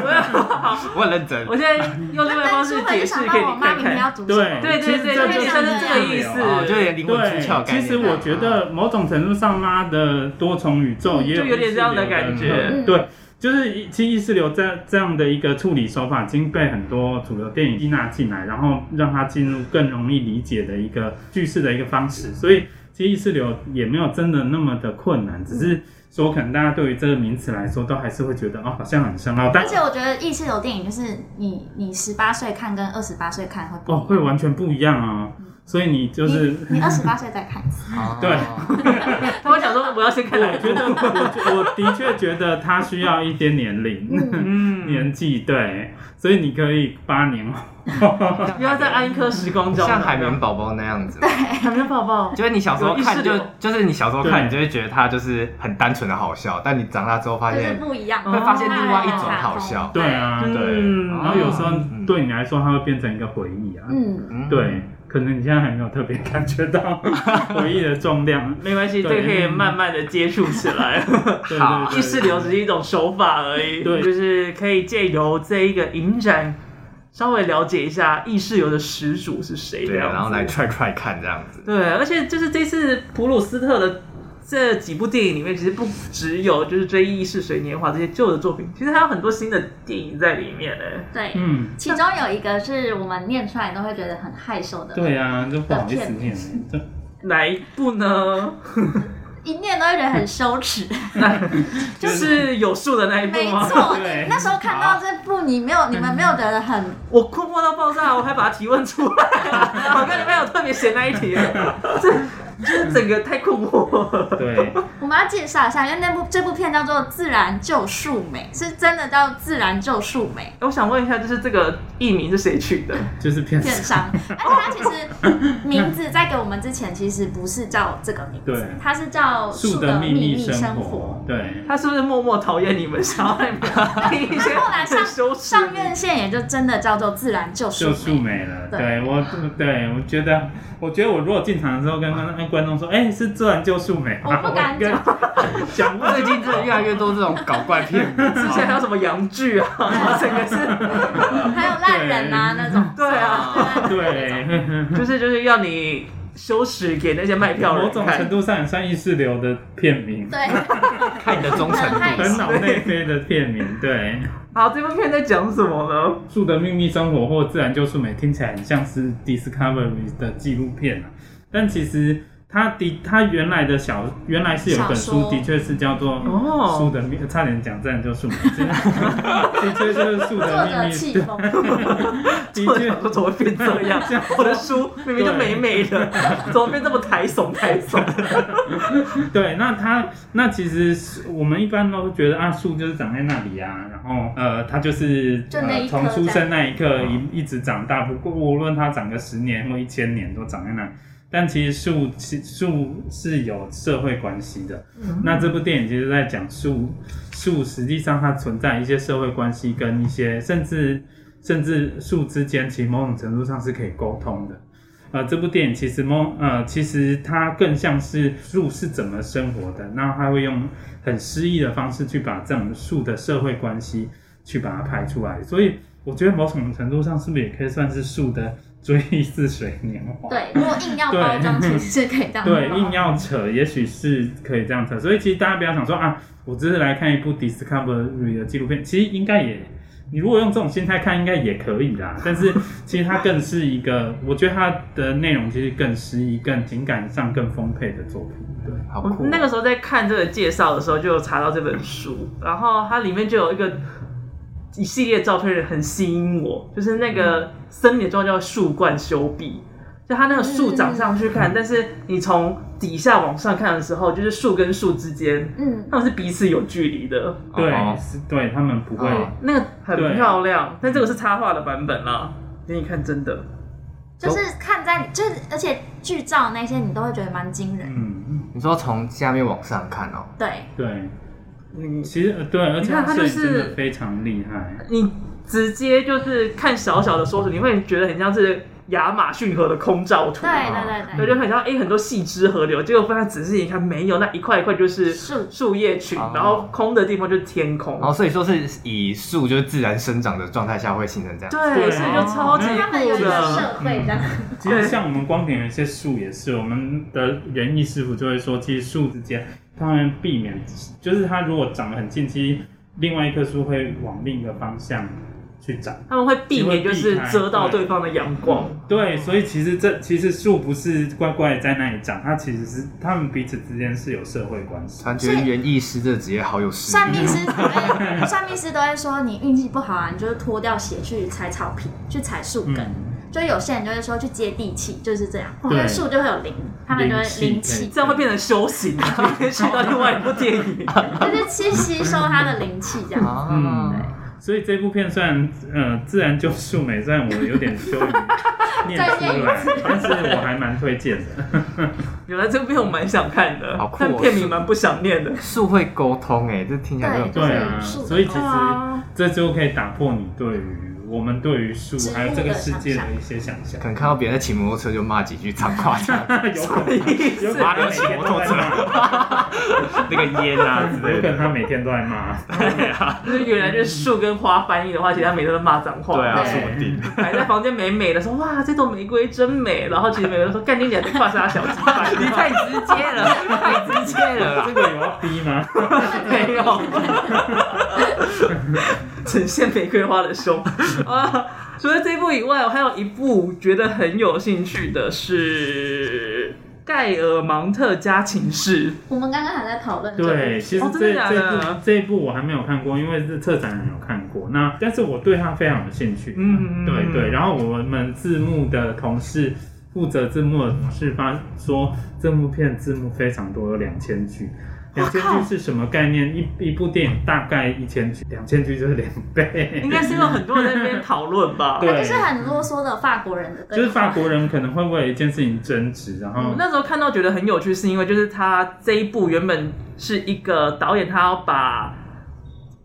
我很认真我。现在用另外方式解释给 那我你妈看明天要看。煮什对么？对对对，其实有这点像是这个意思，哦，就有点灵魂出窍的对，概念。啊其实我觉得某种程度上，妈的多重宇宙也嗯就有点这样的感觉意识流的嗯对，就是一其实意识流这这样的一个处理手法，已经被很多主流电影吸纳进来，然后让它进入更容易理解的一个句式的一个方嗯式。所以其实意识流也没有真的那么的困难，只是说可能大家对于这个名词来说，都还是会觉得哦，好像很深奥，但而且我觉得意识流电影就是你你十八岁看跟二十八岁看会不一哦样会完全不一样哦。嗯所以你就是你你二十八岁再看一次，哦对他会想说我要先看哪我个，觉得，我觉 我的确觉得他需要一点年龄、嗯，年纪，对，所以你可以八年哦 后，不嗯要再安一颗时光胶，哎像海绵宝宝那样子。海绵宝宝，就是你小时候看有就意识流就是你小时候看，对你就会觉得它就是很单纯的好笑，但你长大之后发就是现不一样，哦哦会发现另外一种好笑。对啊，嗯哦然后有时候对你来说，它会变成一个回忆啊，嗯，嗯对，可能你现在还没有特别感觉到回忆的重量，没关系，这对个可以慢慢的接触起来。对好对意识流只是一种手法而已，对就是可以借由这一个影展，稍微了解一下意识流的始祖是谁，对，这样子然后来踹踹看这样子。对，而且就是这次普鲁斯特的这几部电影里面，其实不只有就是《追忆似水年华》这些旧的作品，其实还有很多新的电影在里面呢。对。嗯，其中有一个是我们念出来都会觉得很害羞的，对啊，就不好意思念了，哪一部 呢？ 一念都会觉得很羞耻。就是有数的那一部没吗？错，对你那时候看到这部，你没有，你们没有觉得很，我困惑到爆炸，我还把它提问出来。啊 我跟你们有特别写那一题，这就是整个太困惑了。对，我们们要介绍一下，因为那部这部片叫做《自然救树美》，是真的叫《自然救树美哎我想问一下，就是这个艺名是谁取的？就是骗》片子。商，而且它其实名字在给我们之前其实不是叫这个名字对，它是叫《树树的的秘秘密密生生活活》，对，他是不是默默讨厌你们，想要你们 听一些那后来很上羞耻的上名字？院线也就真的叫做《自然救就树树美》。美了。对对我， 对我觉得，我觉得我如果进场的时候跟观众观众说，哎，是自然就树美吗，我不敢跟 讲不最近真的越来越多这种搞怪 片，之前还有什么洋剧啊，哦整个 是，还有烂人啊那 种。对啊，哦啊， 对，就是就是要你羞耻给那些卖票某人种看程。度上也算意识流的片名，对，看你的忠诚很害度羞。很脑内啡的片名。 对，好，这部片在讲什么呢？ 《树的秘密生活》或《自然救树美》听起来很像是 Discovery 的纪录片啊，但其实它的它原来的小原来是有一本小书，说的确是叫做哦《树的秘》差点讲《自然救树美》， 的确就是《树作的秘者密气》疯， 对，我的确想说怎么会变这 样？我的书明明就美美的，怎么变这么抬耸抬耸？对，那它那其实是我们一般都觉得啊，树就是长在那里啊，然后呃，它就是就那呃一棵从出这生那一刻一一直长大，不过无论它长个十年或一千年都长在那里。但其实树其树是有社会关系的。嗯那这部电影其实在讲树树实际上它存在一些社会关系跟一些甚至甚至树之间，其实某种程度上是可以沟通的。呃，这部电影其实某呃，其实它更像是树是怎么生活的，那它会用很诗意的方式去把这种树的社会关系去把它拍出来，所以我觉得某种程度上是不是也可以算是树的追忆似水年华？对，如果硬要包装，其实是可以这样对，包硬要扯，也许是可以这样扯。所以其实大家不要想说啊，我只是来看一部 Discovery 的纪录片，其实应该也，你如果用这种心态看，应该也可 以啦。但是其实它更是一个，我觉得它的内容其实更诗意、更情感上更丰沛的作品。对，好我 酷。哦嗯那个时候在看这个介绍的时候，就有查到这本书，然后它里面就有一个一系列照片很吸引我，就是那个森林的状况叫树冠修壁，就它那个树长上去看，但是你从底下往上看的时候，就是树跟树之间，嗯，它们是彼此有距离的，对，哦是对他们不会。哦那个很对漂亮。但这个是插画的版本啦，给你看真的。就是看在，就是而且剧照那些你都会觉得蛮惊人。嗯，你说从下面往上看哦，对，对，嗯，其实呃对，而你且看它摄影就是真的非常厉害。你直接就是看小小的缩图，你会觉得很像是亚马逊河的空照图对，，对，对，对，就很像诶很多细枝河流，结果发现仔细一看，没有，那一块一块就是树哦树叶群哦，然后空的地方就是天空然，后哦所以说是以树就是自然生长的状态下会形成这样。对，对所以就超级对，他们有酷一个的。社会这样。其实像我们光点有一些树也是，我们的园艺师傅就会说，其实树之间他们避免，就是它如果长得很近，其实另外一棵树会往另一个方向去长。他们会避免就是就会避开遮到对方的阳光，嗯对，所以其实这其实树不是乖乖地在那里长，它其实是他们彼此之间是有社会关系。突然觉得园艺师这个职业好有诗算意。命师都嗯会，算命师都会说，你运气不好啊，你就是脱掉鞋去踩草坪，去踩树根。嗯，就有些人就会说去接地气，就是这样，因对为树就会有灵，他们就会灵灵气气，这样会变成修行， 明天去到另外一部电影。就是去吸收它的灵气这 样。啊嗯，所以这部片虽然呃自然就树美，虽然我有点羞于念出来，但是我还蛮推荐的。原来这部片我蛮想看的好，酷哦但片名蛮不想念的。树会沟通哎、这听起来就很对对啊，就是树所以其实啊这就可以打破你对于我们对于树植物还有这个世界的一些想象可。能看到别人在骑摩托车就骂几句脏话，这样 有可能，有可妈的能每骑天摩都托在车骂，那个烟啊之有类可能的。他每天都在骂。就是原来就是树跟花翻译的话，其实他每天都骂脏话。对啊，对说不定。还在房间美美的说哇，这朵玫瑰真美。然后其实美瑰说干你脸跨沙小鸡巴，你太直接了，太直接了啦这！个有要逼吗？没有，呈现玫瑰花的胸啊。除了这部以外，我还有一部觉得很有兴趣的是《盖尔芒特家禽事》。我们刚刚还在讨论这个，哎对，其实哦这真的假这的部这一部我还没有看过，因为是策展人有看过。那但是我对他非常有兴趣。嗯嗯嗯对对。嗯然后我们字幕的同事负责字幕的是发说这部片字幕非常多，有两千句。两千句是什么概念？一一部电影大概一千句，两千句就是两倍。应。该是有很多人在那边讨论吧 他对就是很啰嗦的法国人的， 就是法国人可能会为了一件事情争执，然后我哦嗯那时候看到觉得很有趣，是因为就是他这一部原本是一个导演，他要把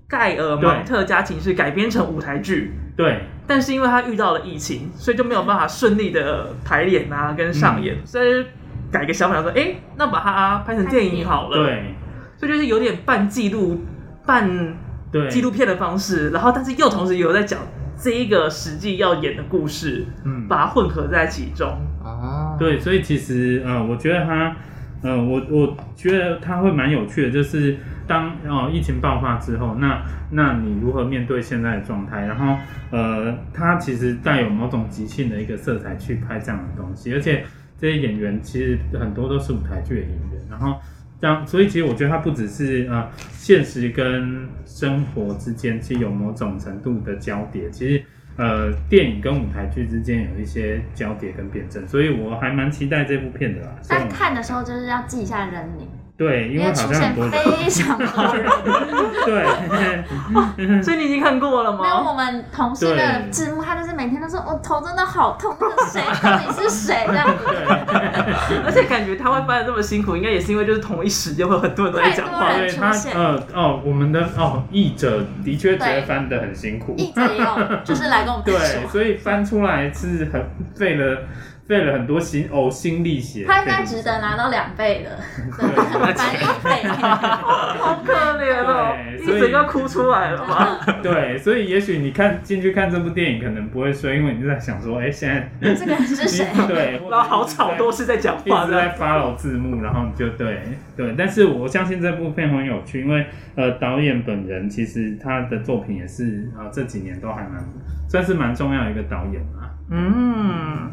盖尔蒙特家庭是改编成舞台剧，对但是因为他遇到了疫情，所以就没有办法顺利的排演啊跟上演，所以就改个想法说，哎、那把它拍成电影好了。，对所以就是有点半纪录、半对，纪录片的方式，然后但是又同时有在讲这一个实际要演的故事，嗯把它混合在其中。啊，对，所以其实呃，我觉得他，呃，我我觉得他会蛮有趣的，就是当哦疫情爆发之后，那那你如何面对现在的状态？然后呃，他其实带有某种即兴的一个色彩去拍这样的东西，而且这些演员其实很多都是舞台剧的演员，然后。让，所以其实我觉得它不只是呃现实跟生活之间其实有某种程度的交叠，其实呃电影跟舞台剧之间有一些交叠跟辩证，所以我还蛮期待这部片 的啦。虽但然我看的时候就是要记一下人名，对，因为好出像现很多人非常多人。对所以你已经看过了没有，吗？我们同事的字幕，他就是每天都说我哦头真的好痛，那个谁到底是谁这样子？呃哦对 而且感觉他会翻的这么辛苦，应该也是因为就是同一时间会有很多人都在讲话太多。人对，他出现呃哦，我们的哦译者的确觉对得翻得很辛苦，一直也有就是来跟我们 对，说，所以翻出来是很费了费了很多心呕心沥血。他应该费力值气得拿到两倍 的对翻译 费。好可怜哦，对一所以嗯整个哭出来了嘛。对，所以也许你看进去看这部电影，可能不会睡，因为你就在想说，哎、现在这个人是谁？对， 然后好吵，都是是在讲一话直的。在 follow 字幕，然后你就对对。但是我相信这部片很有趣，因为呃，导演本人其实他的作品也是啊、呃这几年都还蛮算是蛮重要的一个导演啊。嗯，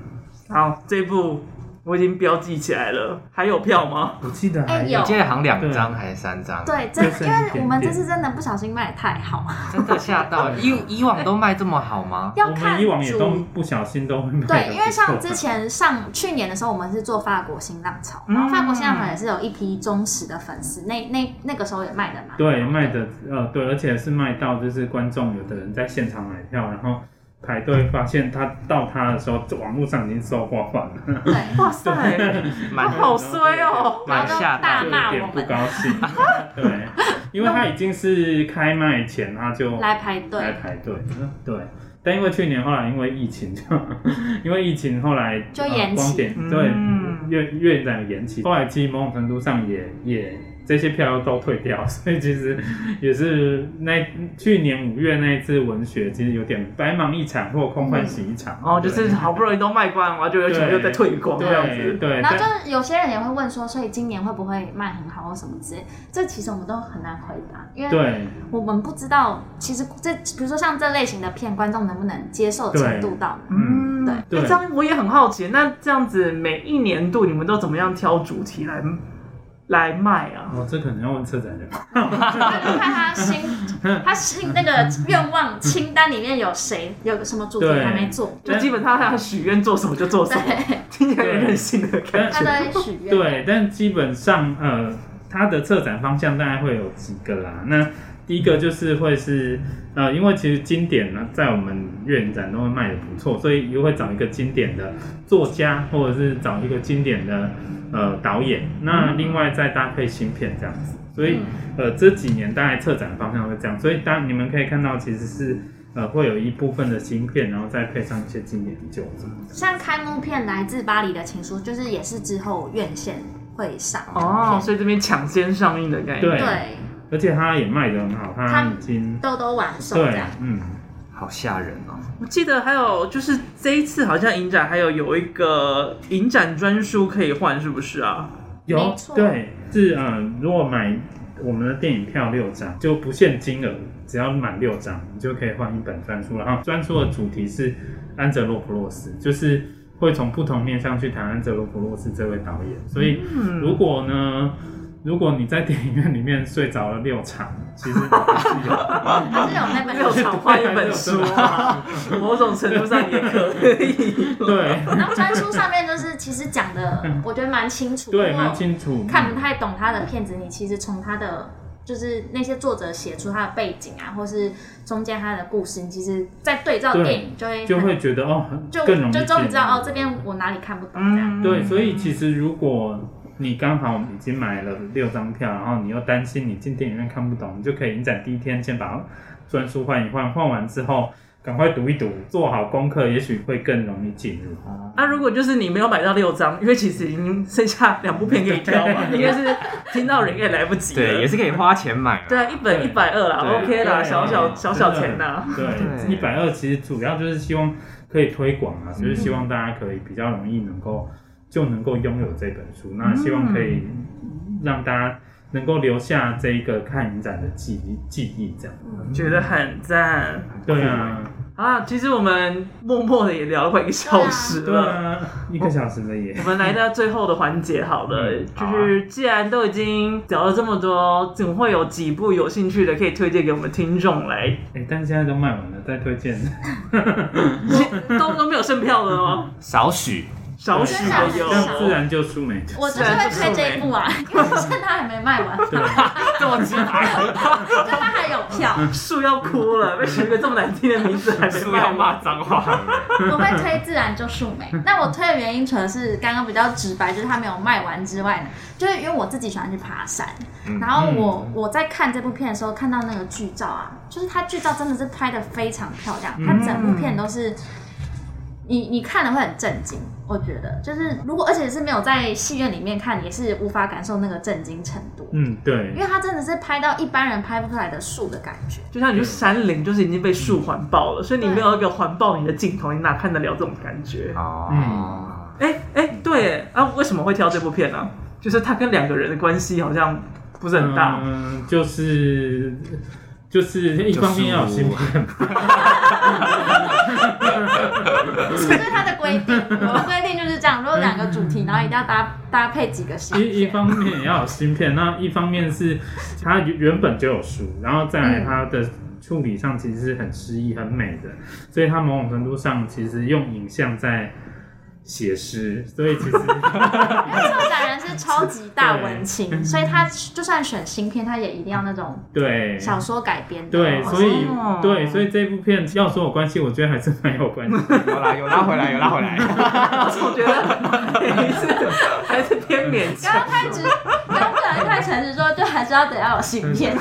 好，这部我已经标记起来了，还有票吗？我记得哎还有我记得好像两张还是三张，对，真就的，剩因一点点为我们这次真的不小心卖得太好，真的吓 到，以以往都卖这么好吗？ 要我看们以往也都主不小心都会买得对，因为不像错之前上去年的时候，我们是做法国新浪潮，然后法国新浪潮也是有一批忠实的粉丝，那那那个时候也卖的蛮好对，卖的呃，对，而且是卖到就是观众有的人在现场买票，然后排队发现他到他的时候，网络上已经搜刮完了，对，哇塞， 蛮好衰哦！蛮吓到大的，就骂有我点不们高兴。对，因为他已经是开卖前他就来排来队，排队了，对。但因为去年后来因为疫情就， 因为疫情后来就呃延期光点对嗯越越展延期，后来其实某种程度上也也这些票都退掉，所以其实也是那去年五月那一次文学其实有点白忙一场或空欢喜一场，哦，就对是好不容易都卖光了，就有钱又在退光这样对子。对，然后但就是有些人也会问说，所以今年会不会卖很好或什么之类，这其实我们都很难回答，因为对我们不知道，其实这比如说像这类型的片，观众能不能接受程度到哪？嗯，对哎对这样我也很好奇，那这样子每一年度你们都怎么样挑主题来来卖啊？哦，这可能要问策展人。就看他新他新那个愿望清单里面有谁有什么主题对还没做，就基本上他许愿做什么就做什么，对，听起来有点任性的感他觉。在许愿。对，但基本上呃，它的策展方向大概会有几个啦。那第一个就是会是呃，因为其实经典呢，在我们乐影展都会卖的不错，所以又会找一个经典的作家，或者是找一个经典的呃导演，那另外再搭配新片这样子。所以呃，这几年大概策展方向会这样，所以当你们可以看到，其实是呃会有一部分的新片，然后再配上一些经典的旧作。像开幕片《来自巴黎的情书》，就是也是之后院线会上的哦，片所以这边抢先上映的概念。对对，而且它也卖的很好，它它已经豆豆晚售这对样。，嗯。好吓人哦！我记得还有就是这一次好像影展还有有一个影展专书可以换，是不是啊？没有错对，是嗯、呃如果买我们的电影票六张，就不限金额，只要满六张，你就可以换一本专书。然后专书的主题是安哲洛普洛斯，就是嗯会从不同面向去谈安哲洛普洛斯这位导演。所以如果呢，如果你在电影院里面睡着了六场，其实你还是有 还是有那本没有书，想换一本书啊，某种程度上也可 以。对然后专书上面就是其实讲的，我觉得蛮清楚。对如果蛮清楚。看不太懂他的片子，你其实从他的就是那些作者写出他的背景啊，或是中间他的故事，你其实再对照电影就会就很会觉得哦，就更容易就终于进知道入哦，这边我哪里看不懂这嗯，样。对，所以其实如果你刚好已经买了六张票，然后你又担心你进电影院看不懂，你就可以影展第一天先把专书换一换，换完之后赶快读一读，做好功课，也许会更容易进入。那、啊如果就是你没有买到六张，因为其实已经剩下两部片可以挑嘛，应该 是听到人也来不及了。对，也是可以花钱买嘛。对啊，一本一百二啦对，OK 啦，对小小小小钱呐、对，对一百二其实主要就是希望可以推广嗯啊，就是希望大家可以比较容易能够就能够拥有这本书，那嗯希望可以让大家能够留下这一个看影展的记忆记忆这样。觉得很赞。对啊。好啦，其实我们默默的也聊了快一个小时对了。啊，一个小时了耶我。们来到最后的环节，好了，嗯好就啊是既然都已经聊了这么多，总会有几部有兴趣的可以推荐给我们听众来，哎、但是现在都卖完了，再推荐。都都没有剩票了 哦，少许少许的有这，样自然就输没了。我就是会推这一部啊，因为趁他还没卖完， 对，这么直白，就他还有票，树要哭了，被取一个这么难听的名字还没是不是卖要吗？ 骂脏话？ 我会推自然就树莓。那我推的原因，除了是刚刚比较直白，就是它没有卖完之外呢，就是因为我自己喜欢去爬山。然后我我在看这部片的时候，看到那个剧照啊，就是它剧照真的是拍的非常漂亮，它整部片都是。你你看了会很震惊，我觉得就是如果而且是没有在戏院里面看，也是无法感受那个震惊程度，嗯，对因，为它真的是拍到一般人拍不出来的树的感觉。就像你去山林，就是已经被树环抱了，所以你没有一个环抱你的镜头，你哪看得了这种感觉？嗯哦，哎哎，对耶啊，为什么会挑这部片呢、就是他跟两个人的关系好像不是很 大，嗯，就是就是一方面要有新片，这是它的规定，我的规定就是这样。如果两个主题，然后一定要搭搭配几个新 一一片，方面也要有新片。那一方面是它原本就有书，然后再来它的处理上其实是很诗意、很美的，所以它某种程度上其实用影像在写诗，所以其实。 因为策展人是超级大文青，所以他就算选新片，他也一定要那种对，小说改编的。对，所以、哦对，所以这部片要说有关系，我觉得还是蛮有关系。 有啦，有拉回来，有拉回 来。我总觉得每一次还是偏勉刚强。刚太 直，刚刚不小心太诚实说，就还是要等要有新片。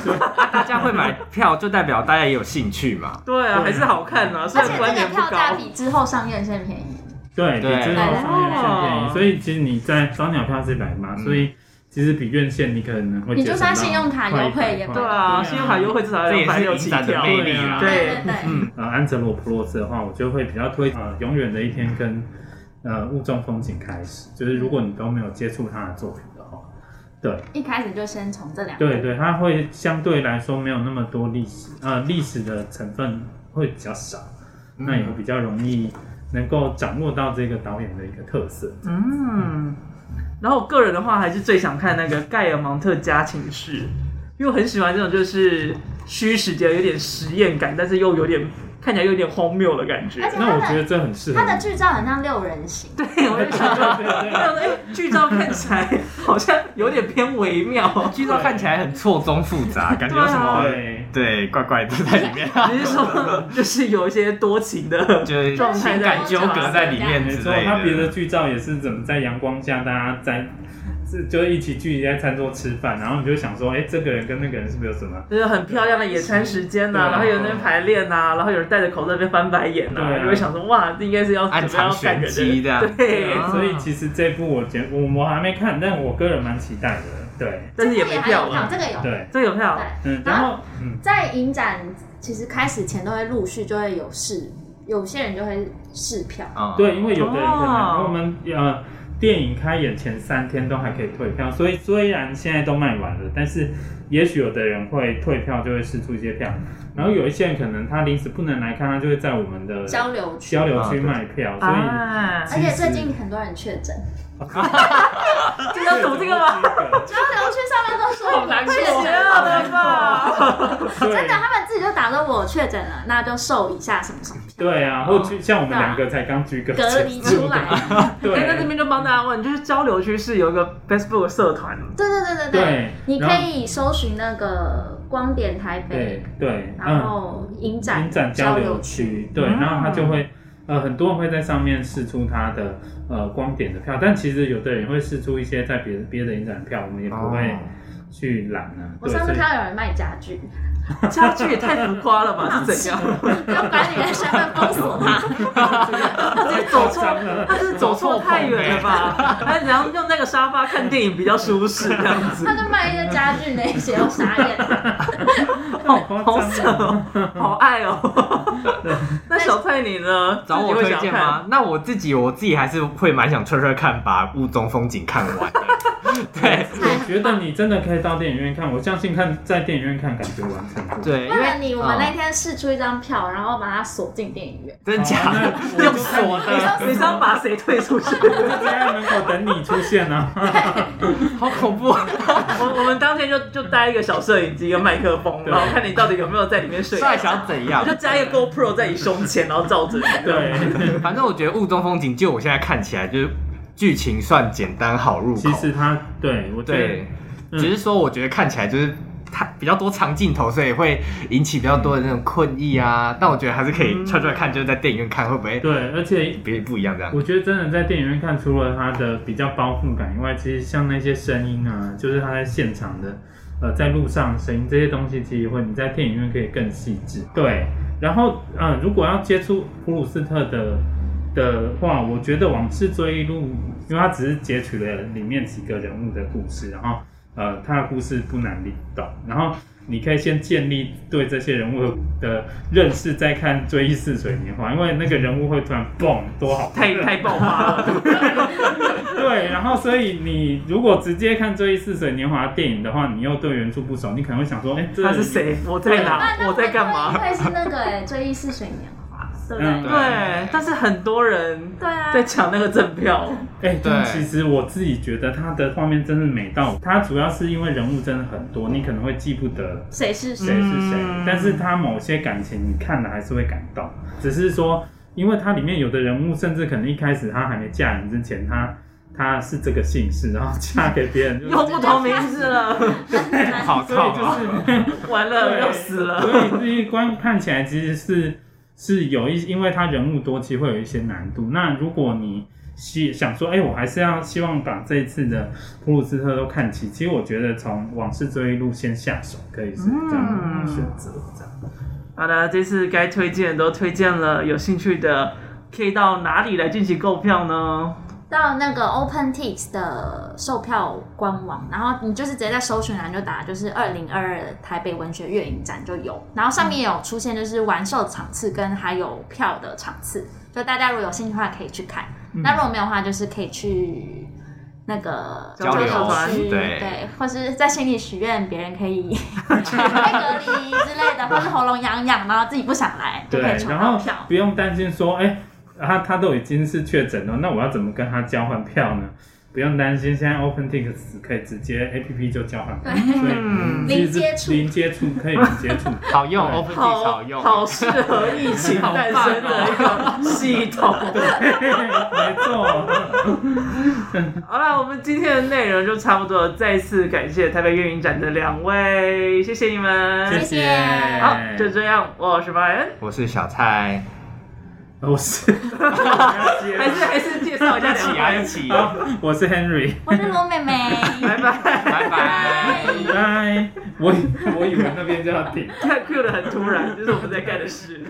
大家会买票，就代表大家也有兴趣嘛。对啊，还是好看啊，虽而且然观这点个不票价高。比之后上院线便宜，对，比对知道商业线便哦宜，所以其实你在早鸟票是一百嗯八，所以其实比院线你可能会你就算节省到信用卡快优惠也100不块对啊，信用卡优惠至少要这两也百是六影起展的跳。魅力啦。对对对对，嗯，呃，安哲罗普洛斯的话，我就会比较推呃《永远的一天》跟呃《雾中风景》开始，就是如果你都没有接触他的作品的话，对一开始就先从这两部对对，它会相对来说没有那么多历史呃历史的成分会比较少，嗯那也会比较容易能够掌握到这个导演的一个特色。嗯，然后我个人的话，还是最想看那个盖尔蒙特家禽式，因为我很喜欢这种就是虚实结合，有点实验感，但是又有点看起来有点荒谬的感觉。而且那我觉得这很适合他的你。剧照很像六人行，对，我就想说，哎，剧照看起来好像有点偏微妙。剧照看起来很错综复杂，感觉有什么对，啊对怪怪的在里 面，只是 说，就是有一些多情的， 就是状态情在感纠葛在里面没之错，类他别的的。剧照也是怎么在阳光下，大家在是就一起聚集在餐桌吃饭，然后你就想说，哎、这个人跟那个人是不是有什么？就是很漂亮的野餐时间呐、对啊然后有人在那边排练呐、然后有人戴着口罩在那边翻白眼呐、对啊就会想说，哇，这应该是要怎暗么样藏感玄人机的这样人，对，啊所以其实这部我觉得我我还没看，但我个人蛮期待的。对但是也这个没也还票啊有票，了，这个有。啊对，这个有票对，嗯，然后嗯，在影展其实开始前都会陆续就会有试，有些人就会试票。啊对，因为有的人可能哦我们呃电影开演前三天都还可以退票，所以虽然现在都卖完了，但是也许有的人会退票，就会试出一些嗯票。然后有一些人可能他临时不能来看，他就会在我们的交流区，交流区卖票，所以啊，而且最近很多人确诊，这要赌这个吗？吗？交流区上面都 难过，啊确诊了吧？哦真对的，啊他们自己就打说我确诊了，那就受一下什么什么，对啊，后去像我们两个才刚居隔隔离出来。 对，啊哎，那这边就帮大家问，就是交流区是有一个 Facebook 社 团，对对对对对你然可后以搜寻那个光点台对北，对，然嗯。后影展影展交交流区区，，对，嗯然后他就会。呃，很多人会在上面试出他的呃光点的票，但其实有的人会试出一些在别别的影展的票，我们也不哦会去揽啊。我对，上次所以看到有人卖家具，家具也太浮夸了吧？是怎样？ 要管理员身份封锁他，他直接走错， 他是走错太远了吧？他只要用那个沙发看电影比较舒适，这样子，他就卖一些家具那些，我 傻眼。好夸好扯张啊哦，好爱哦。那小蔡你呢？找我自己会推想荐看？吗？那我自己我自己还是会蛮想吹吹看，把雾中风景看完 的。对我觉得你真的可以到电影院看，我相信看在电影院看感觉完成度。对，为因为了你，我们嗯那天试出一张票，然后把它锁进电影 院。真假好啊的那 我用就锁的， 你是要把谁推出去？我就在门口等你出现 啊！好恐怖。我我们当天就就带一个小摄影机、一个麦克风，对然后看你到底有没有在里面睡到。底想怎样我？就加一个 GoPro 在你胸前，然后照着你。对， 反正我觉得雾中风景，就我现在看起来，就是剧情算简单好入口。其实他对我觉得对，嗯只是说我觉得看起来就是它比较多长镜头，所以会引起比较多的那种困意啊。但我觉得还是可以串串看，就是在电影院看会不会对，而且别不一样这样。我觉得真的在电影院看，除了它的比较包覆感以外，其实像那些声音啊，就是它在现场的，呃，在路上的声音这些东西，其实会你在电影院可以更细致。对，然后嗯、呃如果要接触普鲁斯特的的话，我觉得《往事追忆录》，因为它只是截取了里面几个人物的故事，然后呃，他的故事不难理懂，然后。你可以先建立对这些人物的认识，再看《追忆似水年华》，因为那个人物会突然蹦，多好看！太 太爆发了。对，然后所以你如果直接看《追忆似水年华》电影的话，你又对原著不熟，你可能会想说，哎，这他是？谁？我在那哪？那我在干嘛？会是那个哎，《追忆似水年华》，对不嗯对？对对，但是很多人对啊在抢那个赠票，哎，但对其实我自己觉得它的画面真是美到，它主要是因为人物真的很多，你可能会记不得谁是谁？谁是谁，嗯但是它某些感情你看了还是会感动，只是说，因为它里面有的人物甚至可能一开始他还没嫁人之前，他他是这个姓氏，然后嫁给别 人就又不同名字了，好所以靠就啊！是。完了对，要死了。所以这一关看起来其实是是有一，因为它人物多，其实会有一些难度。那如果你希想说，哎、我还是要希望把这一次的普鲁斯特都看齐，其实我觉得从往事追忆录先下手，可以是这样嗯的选择。这样好的，这次该推荐的都推荐了，有兴趣的可以到哪里来进行购票呢？到那个 OpenTix 的售票官网，然后你就是直接在搜寻栏就打就是二零二二台北文学月影展就有，然后上面有出现就是完售场次跟还有票的场次，就大家如果有兴趣的话可以去看，嗯那如果没有的话就是可以去。那个交流团区对对，或是在心里许愿，别人可 以被隔离之类的，或是喉咙痒痒，然后自己不想来，就对可以，抢然到后票。不用担心说，哎、他他都已经是确诊了，那我要怎么跟他交换票呢？不用担心，现在 OpenTix 可以直接 APP 就交换票，所嗯以嗯其实是零接触零接触可以零接 触。好用对，Open T 好好用，好适合疫 情好棒诞哦生的一个系统。没错， 好了，我们今天的内容就差不多了，再次感谢台北月影展的两位，谢谢你谢们。谢。好，就这样，我是 Brian，我是小蔡，我是， 还是还是介绍一下一两起啊， 位，一起，好我是 Henry，我是罗妹 妹，拜拜。拜拜。拜。我我以为那边就要停。他 Q 的很突然，这是我们在干的事。